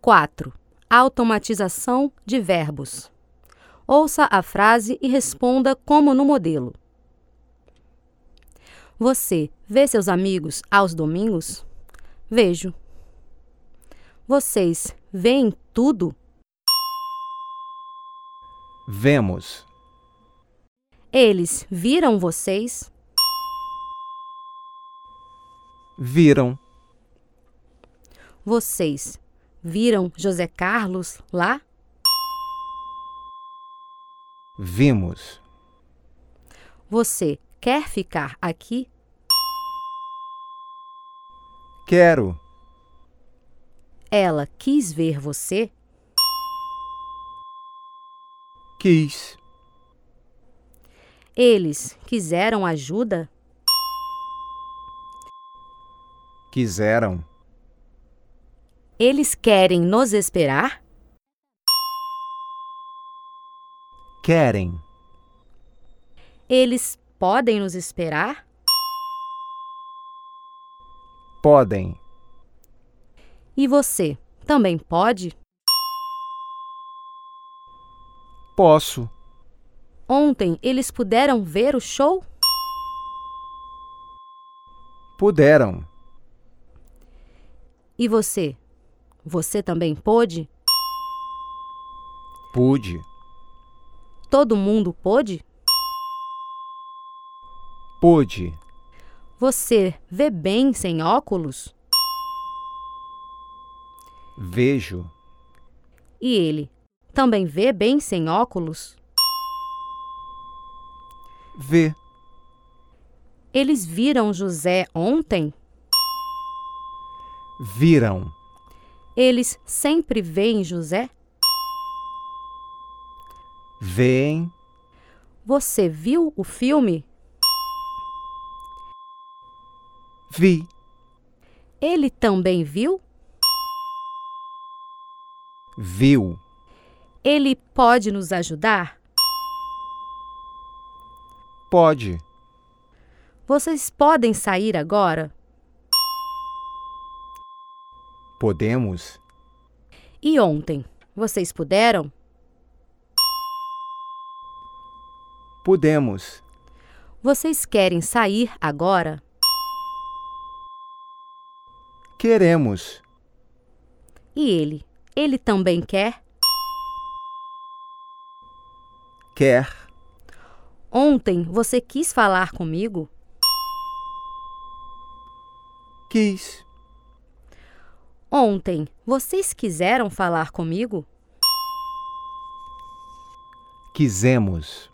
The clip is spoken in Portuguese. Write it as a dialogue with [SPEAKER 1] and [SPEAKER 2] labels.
[SPEAKER 1] 4. Automatização de verbos. Ouça a frase e responda como no modelo. Você vê seus amigos aos domingos? Vejo. Vocês veem tudo?
[SPEAKER 2] Vemos.
[SPEAKER 1] Eles viram vocês?
[SPEAKER 2] Viram.
[SPEAKER 1] Vocês viram José Carlos lá?
[SPEAKER 2] Vimos.
[SPEAKER 1] Você quer ficar aqui?
[SPEAKER 2] Quero.
[SPEAKER 1] Ela quis ver você?
[SPEAKER 2] Quis.
[SPEAKER 1] Eles quiseram ajuda?
[SPEAKER 2] Quiseram.
[SPEAKER 1] Eles querem nos esperar?
[SPEAKER 2] Querem.
[SPEAKER 1] Eles podem nos esperar?
[SPEAKER 2] Podem.
[SPEAKER 1] E você também pode?
[SPEAKER 2] Posso.
[SPEAKER 1] Ontem eles puderam ver o show?
[SPEAKER 2] Puderam.
[SPEAKER 1] E você? Você também pôde?
[SPEAKER 2] Pude.
[SPEAKER 1] Todo mundo pôde?
[SPEAKER 2] Pude.
[SPEAKER 1] Você vê bem sem óculos?
[SPEAKER 2] Vejo.
[SPEAKER 1] E ele também vê bem sem óculos?
[SPEAKER 2] Vê.
[SPEAKER 1] Eles viram José ontem?
[SPEAKER 2] Viram.
[SPEAKER 1] Eles sempre veem José?
[SPEAKER 2] Veem.
[SPEAKER 1] Você viu o filme?
[SPEAKER 2] Vi.
[SPEAKER 1] Ele também viu?
[SPEAKER 2] Viu.
[SPEAKER 1] Ele pode nos ajudar?
[SPEAKER 2] Pode.
[SPEAKER 1] Vocês podem sair agora?
[SPEAKER 2] Podemos.
[SPEAKER 1] E ontem? Vocês puderam?
[SPEAKER 2] Podemos.
[SPEAKER 1] Vocês querem sair agora?
[SPEAKER 2] Queremos.
[SPEAKER 1] E ele? Ele também quer?
[SPEAKER 2] Quer.
[SPEAKER 1] Ontem você quis falar comigo?
[SPEAKER 2] Quis.
[SPEAKER 1] Ontem vocês quiseram falar comigo?
[SPEAKER 2] Quisemos.